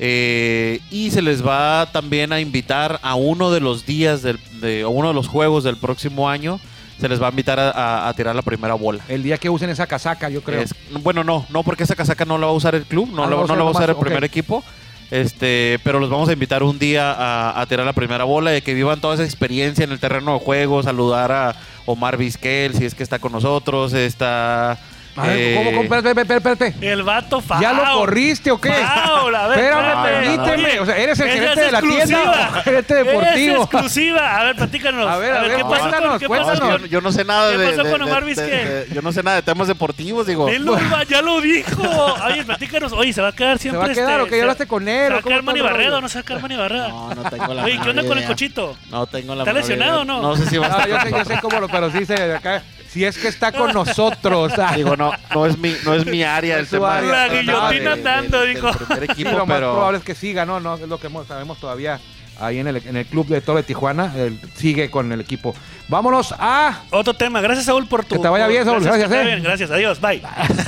Speaker 4: Eh, y se les va también a invitar a uno de los días del, de a uno de los juegos del próximo año. Se les va a invitar a, a- a tirar la primera bola.
Speaker 2: El día que usen esa casaca, yo creo.
Speaker 4: Es- bueno, no, no, porque esa casaca no la va a usar el club, no,
Speaker 2: Ah,
Speaker 4: la,
Speaker 2: la va a
Speaker 4: no
Speaker 2: usar
Speaker 4: la va a
Speaker 2: nomás,
Speaker 4: usar el
Speaker 2: ok.
Speaker 4: primer equipo. Este, pero los vamos a invitar un día a, a tirar la primera bola y que vivan toda esa experiencia en el terreno de juego, saludar a Omar Vizquel, si es que está con nosotros, está...
Speaker 2: A ver,
Speaker 4: eh,
Speaker 2: ¿cómo, cómo? Espérate, espérate, espérate, espérate.
Speaker 1: El vato Fao.
Speaker 2: ¿Ya lo corriste o qué?
Speaker 1: Foul, a ver,
Speaker 2: Espérame,
Speaker 1: espérame.
Speaker 2: permíteme.
Speaker 1: Oye,
Speaker 2: O sea, eres el
Speaker 1: esa
Speaker 2: gerente
Speaker 1: es
Speaker 2: de la
Speaker 1: exclusiva.
Speaker 2: tienda o gerente
Speaker 1: Esa Es
Speaker 2: deportivo.
Speaker 1: exclusiva. A ver, platícanos.
Speaker 2: A ver, a ver,
Speaker 1: ¿qué pasó
Speaker 2: cuéntanos,
Speaker 1: con, ¿qué
Speaker 4: No,
Speaker 1: pasó
Speaker 4: es que
Speaker 2: cuéntanos.
Speaker 1: con-
Speaker 4: yo, yo no sé nada
Speaker 1: ¿Qué
Speaker 4: de,
Speaker 1: pasó
Speaker 4: de-
Speaker 1: con Omar
Speaker 4: de-
Speaker 1: Vizquel?
Speaker 4: de- yo no sé nada de temas deportivos, digo.
Speaker 1: Él lo iba- ya lo dijo. Oye, platícanos. Oye, ¿se va a quedar
Speaker 2: ¿Se
Speaker 1: siempre
Speaker 2: va a quedar
Speaker 1: este,
Speaker 2: o que ya hablaste con él?
Speaker 1: ¿Se va
Speaker 2: o
Speaker 1: a
Speaker 2: cómo
Speaker 1: quedar Manny
Speaker 2: está el rollo?
Speaker 1: Barrera o no se va a quedar Manny Barrera?
Speaker 4: No, no tengo la
Speaker 1: Oye, ¿qué
Speaker 4: menor
Speaker 1: onda con el
Speaker 4: idea.
Speaker 1: cochito?
Speaker 4: No tengo la
Speaker 1: ¿Está
Speaker 4: menor
Speaker 1: lesionado
Speaker 4: idea.
Speaker 1: o no?
Speaker 4: No sé si va a
Speaker 2: Ah,
Speaker 4: estar
Speaker 2: yo sé, yo sé cómo lo, pero sí se acá. Si es que está con nosotros. ah.
Speaker 4: Digo, no, no es mi, no es mi área
Speaker 2: No
Speaker 4: el
Speaker 2: es su
Speaker 4: tema.
Speaker 2: área.
Speaker 4: de-
Speaker 2: La
Speaker 4: de-
Speaker 2: guillotina
Speaker 4: de-
Speaker 1: dando,
Speaker 4: del
Speaker 1: dijo.
Speaker 4: primer
Speaker 2: Sí,
Speaker 4: equipo,
Speaker 2: lo más
Speaker 4: pero
Speaker 2: probable es que siga, no, no, es lo que mo- sabemos todavía. ahí en el, en el club de Toro de Tijuana. Él sigue con el equipo. Vámonos a.
Speaker 1: Otro tema. Gracias, Saúl, por tu.
Speaker 2: Que te vaya bien, Saúl.
Speaker 1: Gracias. que te
Speaker 2: Gracias,
Speaker 1: vaya
Speaker 2: eh.
Speaker 1: bien. Gracias. Adiós. Bye.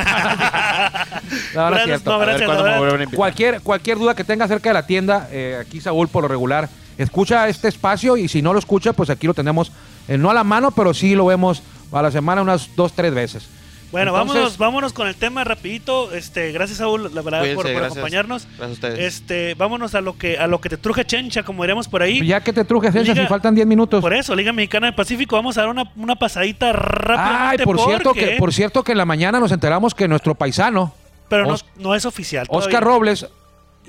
Speaker 2: No, no es
Speaker 1: Gracias,
Speaker 2: cierto. A
Speaker 1: no,
Speaker 2: ver
Speaker 1: gracias. la
Speaker 4: cuándo me
Speaker 1: verdad.
Speaker 4: vuelven a invitar.
Speaker 2: Cualquier, cualquier duda que tenga acerca de la tienda, eh, aquí Saúl por lo regular escucha este espacio y si no lo escucha, pues aquí lo tenemos, eh, no a la mano, pero sí lo vemos a la semana unas dos, tres veces.
Speaker 1: Bueno,
Speaker 2: Entonces-
Speaker 1: vámonos, vámonos con el tema rapidito. Este, gracias Saúl, la verdad,
Speaker 4: Cuídense,
Speaker 1: por, por
Speaker 4: gracias.
Speaker 1: acompañarnos.
Speaker 4: Gracias a ustedes.
Speaker 1: Este, vámonos a lo que a lo que te truje chencha, como diríamos por ahí.
Speaker 2: Ya que te trujes esa,
Speaker 1: Liga-
Speaker 2: si faltan 10 minutos.
Speaker 1: Por eso, Liga Mexicana del Pacífico, vamos a dar una, una pasadita rápida.
Speaker 2: Ay, por cierto, que, por cierto que en la mañana nos enteramos que nuestro paisano,
Speaker 1: Pero no,
Speaker 2: Os-
Speaker 1: no es oficial.
Speaker 2: Oscar
Speaker 1: todavía.
Speaker 2: Robles,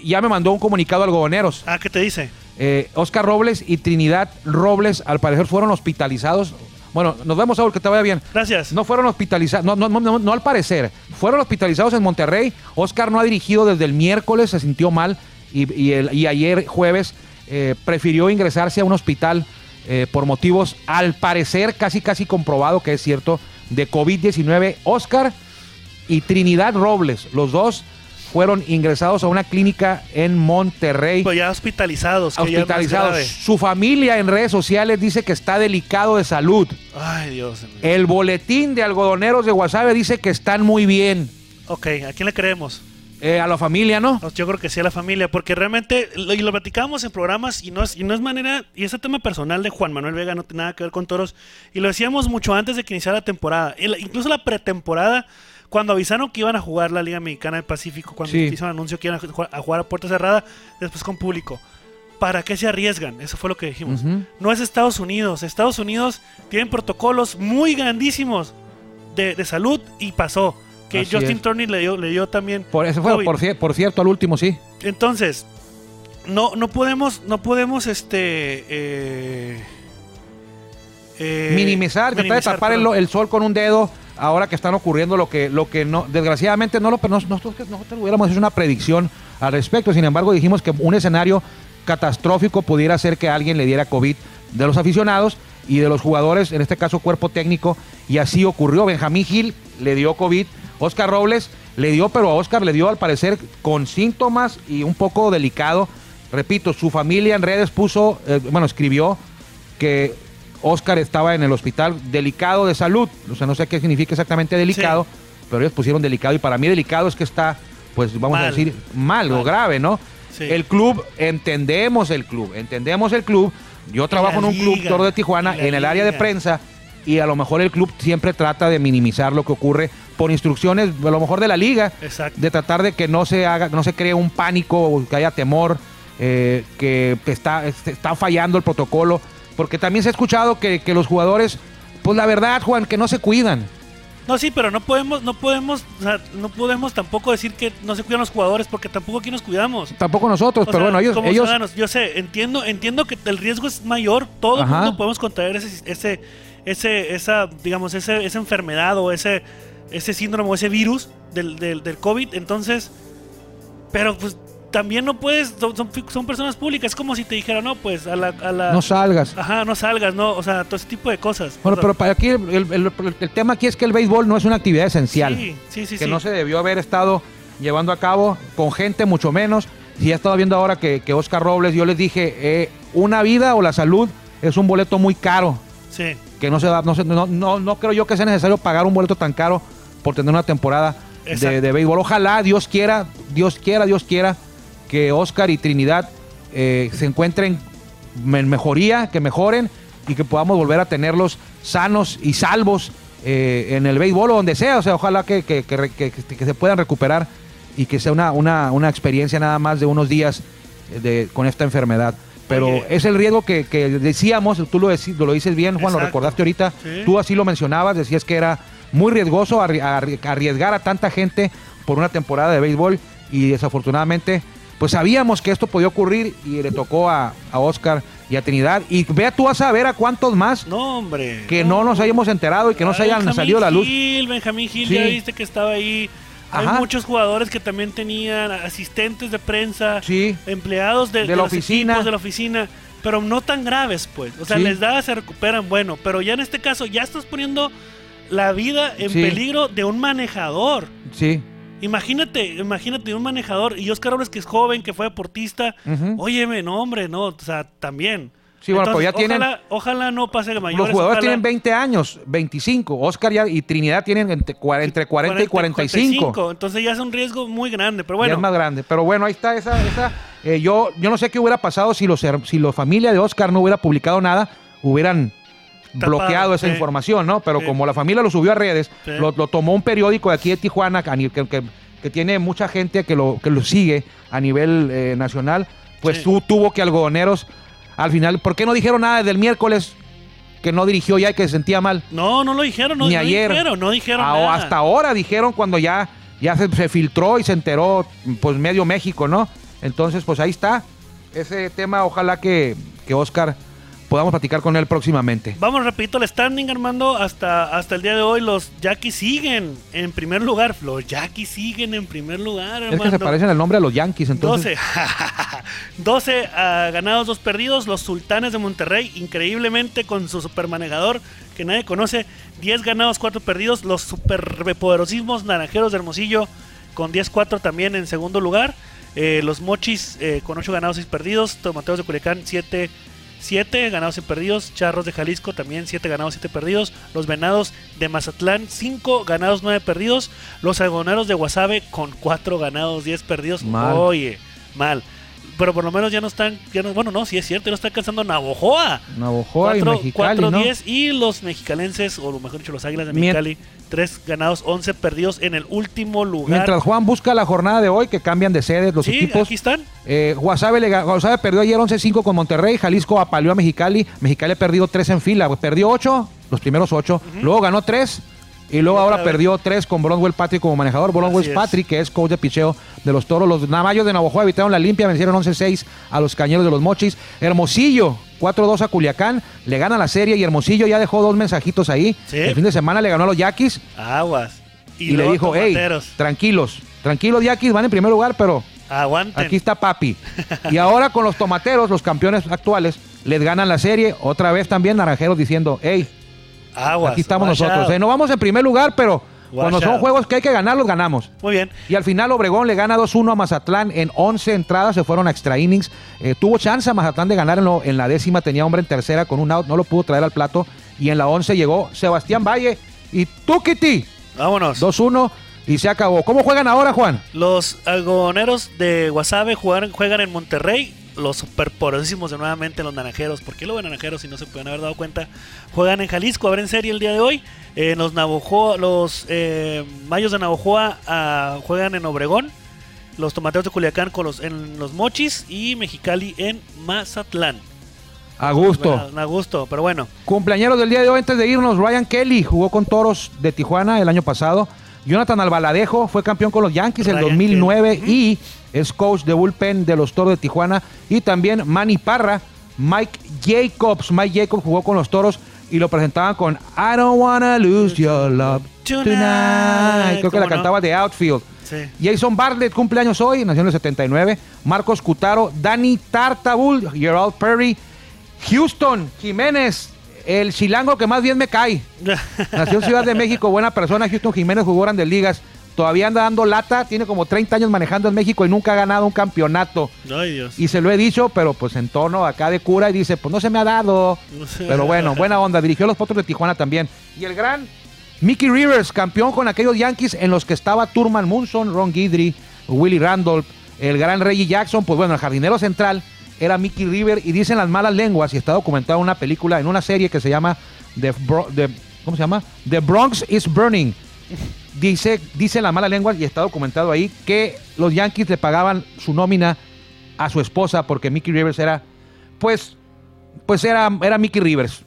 Speaker 2: ya me mandó un comunicado al algodoneros.
Speaker 1: Ah, ¿qué te dice?
Speaker 2: Eh, Oscar Robles y Trinidad Robles, al parecer, fueron hospitalizados. Bueno, nos vemos, Saúl, que te vaya bien.
Speaker 1: Gracias.
Speaker 2: No fueron hospitalizados, no, no, no, no, no al parecer, fueron hospitalizados en Monterrey. Oscar no ha dirigido desde el miércoles, se sintió mal y, y el- y ayer jueves eh, prefirió ingresarse a un hospital eh, por motivos, al parecer, casi casi comprobado que es cierto, de COVID-19. Oscar y Trinidad Robles, los dos fueron ingresados a una clínica en Monterrey
Speaker 1: Pues ya hospitalizados. que ya es más
Speaker 2: hospitalizados.
Speaker 1: grave.
Speaker 2: Su familia en redes sociales dice que está delicado de salud.
Speaker 1: Ay, Dios.
Speaker 2: El boletín de algodoneros de Guasave dice que están muy bien.
Speaker 1: Ok, ¿a quién le creemos?
Speaker 2: Eh, a la familia, ¿no?
Speaker 1: Pues Yo creo que sí a la familia, porque realmente, lo- y lo platicábamos en programas, y no es, y no es manera, y ese tema personal de Juan Manuel Vega no tiene nada que ver con toros, y lo decíamos mucho antes de que iniciara la temporada, El- incluso la pretemporada, cuando avisaron que iban a jugar la Liga Mexicana del Pacífico, cuando
Speaker 2: Sí.
Speaker 1: hizo el anuncio que iban a ju- a jugar a puerta cerrada, después con público. ¿Para qué se arriesgan? Eso fue lo que dijimos.
Speaker 2: Ujú.
Speaker 1: No es Estados Unidos. Estados Unidos tienen protocolos muy grandísimos de, de salud y pasó. Que
Speaker 2: Así
Speaker 1: Justin
Speaker 2: es.
Speaker 1: Turney le dio, le dio también.
Speaker 2: Por, ese fue,
Speaker 1: COVID.
Speaker 2: por, cier- por cierto, al último, sí.
Speaker 1: Entonces, no, no podemos, no podemos, este, eh, eh,
Speaker 2: minimizar, tratar de
Speaker 1: minimizar,
Speaker 2: tapar el,
Speaker 1: perdón.
Speaker 2: el sol con un dedo ahora que están ocurriendo lo que, lo que no, desgraciadamente no lo, pero nos- nosotros, nosotros hubiéramos hecho una predicción al respecto. Sin embargo, dijimos que un escenario catastrófico pudiera ser que alguien le diera COVID de los aficionados y de los jugadores, en este caso cuerpo técnico, y así ocurrió. Benjamín Gil le dio COVID, Oscar Robles le dio, pero a Oscar le dio al parecer con síntomas y un poco delicado. Repito, su familia en redes puso, eh, bueno, escribió que Oscar estaba en el hospital delicado de salud. O sea, no sé qué significa exactamente delicado, pero ellos pusieron delicado. Y para mí delicado es que está, pues vamos a
Speaker 1: Mal.
Speaker 2: decir, mal, o
Speaker 1: Mal.
Speaker 2: grave, ¿no?
Speaker 1: Sí.
Speaker 2: El club, entendemos el club, entendemos el club. Yo trabajo en un club
Speaker 1: liga,
Speaker 2: Toro de Tijuana,
Speaker 1: y la
Speaker 2: en el área de
Speaker 1: liga.
Speaker 2: prensa, y a lo mejor el club siempre trata de minimizar lo que ocurre por instrucciones, a lo mejor de la liga,
Speaker 1: Exacto.
Speaker 2: de tratar de que no se haga, no se cree un pánico, o que haya temor, eh, que, que está, este, está fallando el protocolo. Porque también se ha escuchado que, que los jugadores, pues la verdad, Juan, que no se cuidan.
Speaker 1: No, sí, pero no podemos, no podemos, o sea, no podemos tampoco decir que no se cuidan los jugadores, porque tampoco aquí nos cuidamos.
Speaker 2: Tampoco nosotros,
Speaker 1: O
Speaker 2: Pues, pero
Speaker 1: sea,
Speaker 2: bueno, ellos,
Speaker 1: como
Speaker 2: ellos
Speaker 1: ciudadanos, yo sé, entiendo, entiendo que el riesgo es mayor, todo el
Speaker 2: Ajá.
Speaker 1: mundo podemos contraer ese, ese, ese, esa, digamos, ese, esa enfermedad o ese, ese síndrome o ese virus del, del, del COVID, entonces, pero pues también no puedes, son, son- son personas públicas, es como si te dijera, no, pues a la, a la
Speaker 2: no salgas.
Speaker 1: ajá, no salgas, no, o sea, todo ese tipo de cosas.
Speaker 2: Bueno,
Speaker 1: O sea,
Speaker 2: pero para aquí el, el- el- el tema aquí es que el béisbol no es una actividad esencial.
Speaker 1: sí, sí, sí,
Speaker 2: que
Speaker 1: sí.
Speaker 2: no se debió haber estado llevando a cabo con gente mucho menos. Si ha estado viendo ahora que, que Oscar Robles, yo les dije, eh, una vida o la salud es un boleto muy caro,
Speaker 1: Sí.
Speaker 2: que no se da, no, se- no, no, no creo yo que sea necesario pagar un boleto tan caro por tener una temporada de,
Speaker 1: Exacto.
Speaker 2: de béisbol. Ojalá Dios quiera, Dios quiera, Dios quiera que Oscar y Trinidad eh, se encuentren en mejoría, que mejoren y que podamos volver a tenerlos sanos y salvos eh, en el béisbol o donde sea. O sea, ojalá que, que- que re- que- que se puedan recuperar y que sea una, una, una experiencia nada más de unos días eh, de- con esta enfermedad. Pero
Speaker 1: Oye.
Speaker 2: es el riesgo que, que decíamos, tú lo, decí- lo dices bien, Juan, lo
Speaker 1: Exacto.
Speaker 2: recordaste ahorita,
Speaker 1: Sí.
Speaker 2: tú así lo mencionabas, decías que era muy riesgoso arri- arri- arriesgar a tanta gente por una temporada de béisbol y desafortunadamente, pues sabíamos que esto podía ocurrir y le tocó a, a Oscar y a Trinidad. Y vea tú a saber a cuántos más
Speaker 1: No, hombre.
Speaker 2: que no nos hayamos enterado y que no se
Speaker 1: Ay,
Speaker 2: hayan
Speaker 1: Benjamín
Speaker 2: salido a la luz.
Speaker 1: Gil, Benjamín Gil,
Speaker 2: Sí.
Speaker 1: ya viste que estaba ahí.
Speaker 2: Ajá.
Speaker 1: Hay muchos jugadores que también tenían asistentes de prensa,
Speaker 2: Sí.
Speaker 1: empleados de,
Speaker 2: De
Speaker 1: de
Speaker 2: la
Speaker 1: los
Speaker 2: oficina.
Speaker 1: equipos de la oficina, pero no tan graves, pues. O sea,
Speaker 2: Sí.
Speaker 1: les da, se recuperan, bueno. Pero ya en este caso, ya estás poniendo la vida en
Speaker 2: Sí.
Speaker 1: peligro de un manejador.
Speaker 2: Sí,
Speaker 1: Imagínate, imagínate un manejador y Oscar Robles que es joven, que fue deportista.
Speaker 2: Ujú.
Speaker 1: Óyeme, no, hombre, no, o sea, también.
Speaker 2: Sí, bueno, pues ya tienen-
Speaker 1: ojalá, Ojalá no pase de mayores.
Speaker 2: Los jugadores
Speaker 1: ojalá-
Speaker 2: tienen 20 años, 25. Oscar ya- y Trinidad tienen entre, cua- entre 40 y 45.
Speaker 1: Entonces ya es un riesgo muy grande, pero
Speaker 2: Ya
Speaker 1: bueno.
Speaker 2: es más grande. Pero bueno, ahí está esa. esa eh, yo, yo no sé qué hubiera pasado si los her- si la familia de Oscar no hubiera publicado nada, hubieran
Speaker 1: Tapado,
Speaker 2: bloqueado esa
Speaker 1: sí.
Speaker 2: información, ¿no? Pero
Speaker 1: Sí.
Speaker 2: como la familia lo subió a redes,
Speaker 1: Sí.
Speaker 2: lo, lo tomó un periódico de aquí de Tijuana, a ni- que, que- que tiene mucha gente que lo, que lo sigue a nivel eh, nacional, pues
Speaker 1: Sí.
Speaker 2: tú tuvo que algodoneros al final. ¿Por qué no dijeron nada desde el miércoles que no dirigió ya y que se sentía mal?
Speaker 1: No, no lo dijeron, no,
Speaker 2: Ni
Speaker 1: no
Speaker 2: ayer.
Speaker 1: dijeron, no dijeron
Speaker 2: Ah, o
Speaker 1: nada.
Speaker 2: Hasta ahora dijeron cuando ya, ya se, se filtró y se enteró pues medio México, ¿no? Entonces, pues ahí está. Ese tema, ojalá que, que Oscar podamos platicar con él próximamente.
Speaker 1: Vamos rapidito al standing, Armando. Hasta, hasta el día de hoy los Jackies siguen en primer lugar. Los Jackies siguen en primer lugar,
Speaker 2: es
Speaker 1: Armando.
Speaker 2: que se parecen al nombre de los Yankees, entonces.
Speaker 1: 12. 12 ah, ganados, 2 perdidos. Los Sultanes de Monterrey, increíblemente con su supermanejador que nadie conoce. 10 ganados, 4 perdidos. Los superpoderosismos naranjeros de Hermosillo con 10-4 también en segundo lugar. Eh, los Mochis eh, con 8 ganados, 6 perdidos. Tomateos de Culiacán 7. 7 ganados y perdidos, Charros de Jalisco también 7 ganados, 7 perdidos, los Venados de Mazatlán 5 ganados, 9 perdidos, los Algoneros de Guasave con 4 ganados, 10 perdidos.
Speaker 2: Mal.
Speaker 1: Oye, mal. Pero por lo menos ya no están, ya no, bueno, no, sí es cierto, no está alcanzando Navojoa.
Speaker 2: Navojoa y
Speaker 1: 4
Speaker 2: Mexicali, ¿no?
Speaker 1: 4-10 y los mexicalenses, o lo mejor dicho, los águilas de
Speaker 2: Mien-
Speaker 1: Mexicali, 3 ganados, 11 perdidos en el último lugar.
Speaker 2: Mientras Juan busca la jornada de hoy, que cambian de sede los
Speaker 1: sí,
Speaker 2: equipos.
Speaker 1: aquí están.
Speaker 2: Eh, Guasave, le ga- Guasave perdió ayer 11-5 con Monterrey, Jalisco apaleó a Mexicali, Mexicali ha perdido 3 en fila, pues perdió 8, los primeros 8, luego ganó 3 y luego
Speaker 1: Y
Speaker 2: ahora
Speaker 1: otra vez.
Speaker 2: perdió 3 con Bronwell Patrick como manejador,
Speaker 1: Así
Speaker 2: Bronwell
Speaker 1: es.
Speaker 2: Patrick que es coach de picheo de los Toros, los Namayos de Navajo evitaron la limpia, vencieron 11-6 a los Cañeros de los Mochis, Hermosillo 4-2 a Culiacán, le gana la serie y Hermosillo ya dejó dos mensajitos ahí,
Speaker 1: Sí.
Speaker 2: el fin de semana le ganó a los Yaquis
Speaker 1: Aguas.
Speaker 2: y, le
Speaker 1: luego
Speaker 2: dijo, hey,
Speaker 1: Tomateros,
Speaker 2: tranquilos, tranquilos Yaquis, van en primer lugar, pero
Speaker 1: aguanten.
Speaker 2: Aquí está papi. Y ahora con los tomateros, los campeones actuales, les ganan la serie. Otra vez también naranjeros diciendo, hey,
Speaker 1: Aguas.
Speaker 2: aquí estamos
Speaker 1: watch
Speaker 2: nosotros.
Speaker 1: out".
Speaker 2: eh. No vamos en primer lugar, pero cuando
Speaker 1: Watch
Speaker 2: son
Speaker 1: out.
Speaker 2: juegos que hay que ganar, los ganamos.
Speaker 1: Muy bien.
Speaker 2: Y al final Obregón le gana 2-1 a Mazatlán en 11 entradas, se fueron a extra innings. Eh, tuvo chance a Mazatlán de ganar en, lo- en la décima, tenía hombre en tercera con un out, no lo pudo traer al plato. Y en la 11 llegó Sebastián Valle y Tukiti.
Speaker 1: Vámonos.
Speaker 2: 2-1 y se acabó. ¿Cómo juegan ahora, Juan?
Speaker 1: Los algodoneros de Guasave jugaron- juegan en Monterrey. Los superpoderosísimos de nuevamente los naranjeros. ¿Por qué lo ven naranjeros si no se pueden haber dado cuenta? Juegan en Jalisco, abren serie el día de hoy. Eh, los Navojoa, los eh, Mayos de Navojoa ah, juegan en Obregón. Los Tomateros de Culiacán con los, en los Mochis. Y Mexicali en Mazatlán.
Speaker 2: A gusto.
Speaker 1: A gusto, pero bueno.
Speaker 2: Cumpleañeros del día de hoy, antes de irnos, Ryan Kelly jugó con Toros de Tijuana el año pasado. Jonathan Albaladejo fue campeón con los Yankees en
Speaker 1: Ryan
Speaker 2: 2009 y es coach de bullpen de los Toros de Tijuana. Y también Manny Parra, Mike Jacobs. Mike Jacobs jugó con los Toros y lo presentaban con I don't wanna lose your love tonight. Creo que
Speaker 1: ¿Cómo
Speaker 2: la
Speaker 1: no?
Speaker 2: cantaba de outfield.
Speaker 1: Sí.
Speaker 2: Jason Bartlett, cumpleaños hoy, nació en el 79. Marcos Cutaro, Danny Tartabull, Gerald Perry, Houston Jiménez, el chilango que más bien me cae. Nació en Ciudad de México, buena persona. Houston Jiménez jugó grandes ligas. Todavía anda dando lata, tiene como 30 años manejando en México y nunca ha ganado un campeonato.
Speaker 1: Ay, Dios.
Speaker 2: Y se lo he dicho, pero pues en tono acá de cura y dice, pues no se me ha dado. Pero bueno, buena onda. Dirigió a los Potros de Tijuana también. Y el gran Mickey Rivers, campeón con aquellos Yankees en los que estaba Turman Munson, Ron Guidry, Willie Randolph, el gran Reggie Jackson. Pues bueno, el jardinero central era Mickey Rivers y dicen las malas lenguas y está documentado en una película, en una serie que se llama The, Bro- The- ¿cómo se llama? The Bronx is Burning. Dice, dice la mala lengua y está documentado ahí que los Yankees le pagaban su nómina a su esposa porque Mickey Rivers era, pues, pues era, era Mickey Rivers.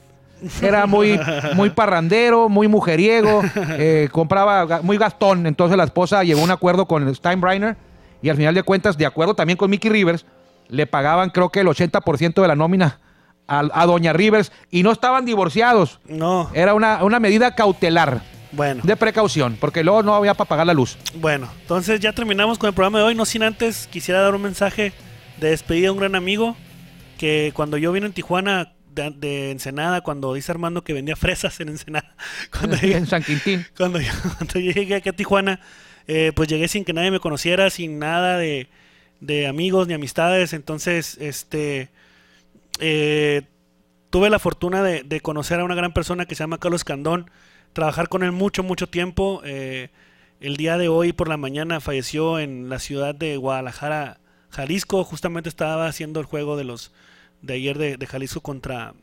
Speaker 2: Era muy, muy parrandero, muy mujeriego, eh, compraba ga- muy gastón. Entonces la esposa llegó a un acuerdo con Steinbrenner y al final de cuentas, de acuerdo también con Mickey Rivers, le pagaban creo que el 80% de la nómina a, a Doña Rivers y no estaban divorciados.
Speaker 1: No,
Speaker 2: Era una, una medida cautelar
Speaker 1: bueno.
Speaker 2: de precaución porque luego no había para pagar la luz.
Speaker 1: Bueno, entonces ya terminamos con el programa de hoy. No sin antes quisiera dar un mensaje de despedida a un gran amigo que cuando yo vine en Tijuana de, de Ensenada, cuando dice Armando que vendía fresas en Ensenada, cuando, llegué-
Speaker 2: en San Quintín.
Speaker 1: cuando yo, cuando yo llegué aquí a Tijuana, eh, pues llegué sin que nadie me conociera, sin nada de, de amigos ni amistades. Entonces, este, eh, tuve la fortuna de, de conocer a una gran persona que se llama Carlos Candón, trabajar con él mucho, mucho tiempo. eh, el día de hoy por la mañana falleció en la ciudad de Guadalajara, Jalisco. Justamente estaba haciendo el juego de los de ayer de, de Jalisco contra,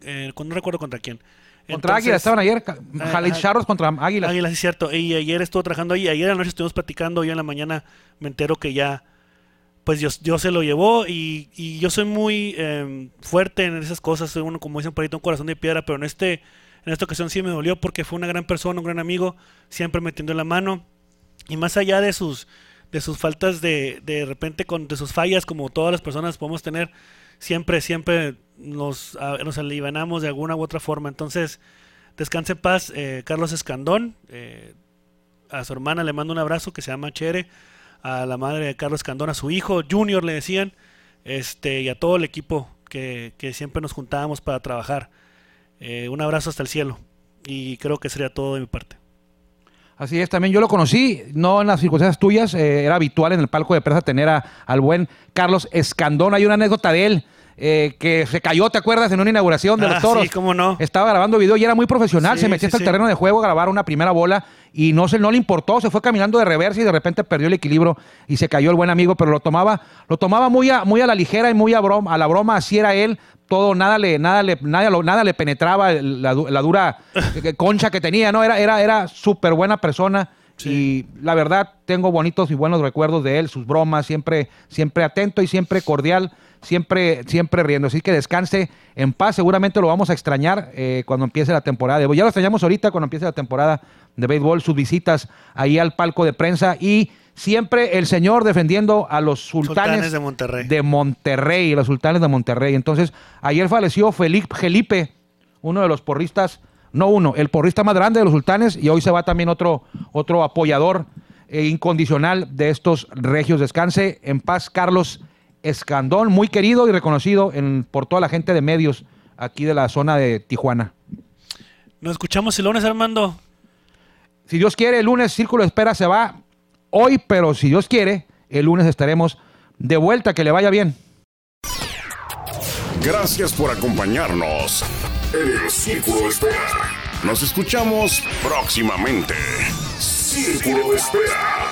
Speaker 1: eh, con- no recuerdo contra quién.
Speaker 2: Contra
Speaker 1: Entonces-
Speaker 2: Águila, estaban ayer. ca-
Speaker 1: ah,
Speaker 2: Jalil
Speaker 1: ah,
Speaker 2: Charros contra Águila.
Speaker 1: Águila, sí, es cierto. Y ayer estuvo trabajando ahí. Ayer en la noche estuvimos platicando. Yo en la mañana me entero que ya, pues Dios, Dios se lo llevó. Y, y yo soy muy em, fuerte en esas cosas. Soy uno, como dicen por ahí, tengo un corazón de piedra. Pero en, este, en esta ocasión sí me dolió porque fue una gran persona, un gran amigo, siempre metiendo la mano. Y más allá de sus, de sus faltas, de, de repente, con, de sus fallas, como todas las personas podemos tener, siempre, siempre nos, a- nos alivianamos de alguna u otra forma. Entonces, descanse en paz, eh, Carlos Escandón. eh, a su hermana le mando un abrazo que se llama Chere. A la madre de Carlos Escandón, a su hijo, Junior le decían. Este, y a todo el equipo que, que siempre nos juntábamos para trabajar. Eh, un abrazo hasta el cielo. Y creo que sería todo de mi parte.
Speaker 2: Así es, también yo lo conocí, no en las circunstancias tuyas, eh, era habitual en el palco de prensa tener a- al buen Carlos Escandón. Hay una anécdota de él eh, que se cayó, ¿te acuerdas? En una inauguración de
Speaker 1: Ah,
Speaker 2: los toros.
Speaker 1: sí, cómo no.
Speaker 2: Estaba grabando video y era muy profesional,
Speaker 1: Sí,
Speaker 2: se metió
Speaker 1: sí,
Speaker 2: hasta
Speaker 1: sí.
Speaker 2: el terreno de juego a grabar una primera bola y no, se, no le importó, se fue caminando de reversa y de repente perdió el equilibrio y se cayó el buen amigo, pero lo tomaba, lo tomaba muy, a, muy a la ligera y muy a, broma, a la broma, así era él, todo, nada le, nada le, nada, lo- nada le penetraba el- la, du- la dura eh, concha que tenía, ¿no? Era, era, era súper buena persona. Y la verdad, tengo bonitos y buenos recuerdos de él, sus bromas, siempre, siempre atento y siempre cordial, siempre, siempre riendo. Así que descanse en paz, seguramente lo vamos a extrañar eh, cuando empiece la temporada. de- Ya lo extrañamos ahorita cuando empiece la temporada de béisbol, sus visitas ahí al palco de prensa y siempre el señor defendiendo a los sultanes,
Speaker 1: Sultanes de Monterrey.
Speaker 2: De Monterrey, los sultanes de Monterrey. Entonces, ayer falleció Felipe, Felipe, uno de los porristas, no uno, el porrista más grande de los sultanes, y hoy se va también otro, otro apoyador eh, incondicional de estos regios. Descanse en paz, Carlos Escandón, muy querido y reconocido en- por toda la gente de medios aquí de la zona de Tijuana.
Speaker 1: Nos escuchamos el lunes, Armando.
Speaker 2: Si Dios quiere, el lunes Círculo de Espera se va hoy, pero si Dios quiere, el lunes estaremos de vuelta. Que le vaya bien.
Speaker 5: Gracias por acompañarnos en el Círculo de Espera. Nos escuchamos próximamente. Círculo de Espera.